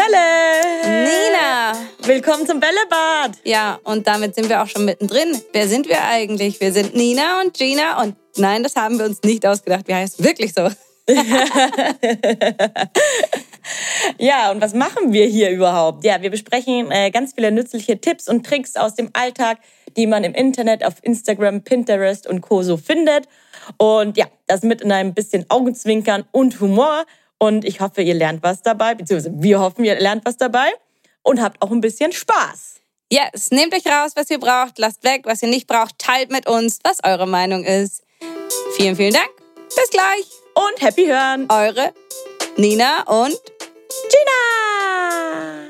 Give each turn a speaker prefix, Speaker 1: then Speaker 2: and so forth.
Speaker 1: Chinelle!
Speaker 2: Nina!
Speaker 1: Willkommen zum Bällebad!
Speaker 2: Ja, und damit sind wir auch schon mittendrin. Wer sind wir eigentlich? Wir sind Nina und Gina und nein, das haben wir uns nicht ausgedacht. Wir heißen wirklich so.
Speaker 1: Ja, und was machen wir hier überhaupt? Ja, wir besprechen äh, ganz viele nützliche Tipps und Tricks aus dem Alltag, die man im Internet, auf Instagram, Pinterest und Co. so findet. Und ja, das mit in einem bisschen Augenzwinkern und Humor. Und ich hoffe, ihr lernt was dabei, beziehungsweise wir hoffen, ihr lernt was dabei und habt auch ein bisschen Spaß.
Speaker 2: Yes, nehmt euch raus, was ihr braucht, lasst weg, was ihr nicht braucht, teilt mit uns, was eure Meinung ist. Vielen, vielen Dank. Bis gleich.
Speaker 1: Und happy hören!
Speaker 2: Eure Nina und
Speaker 1: Gina!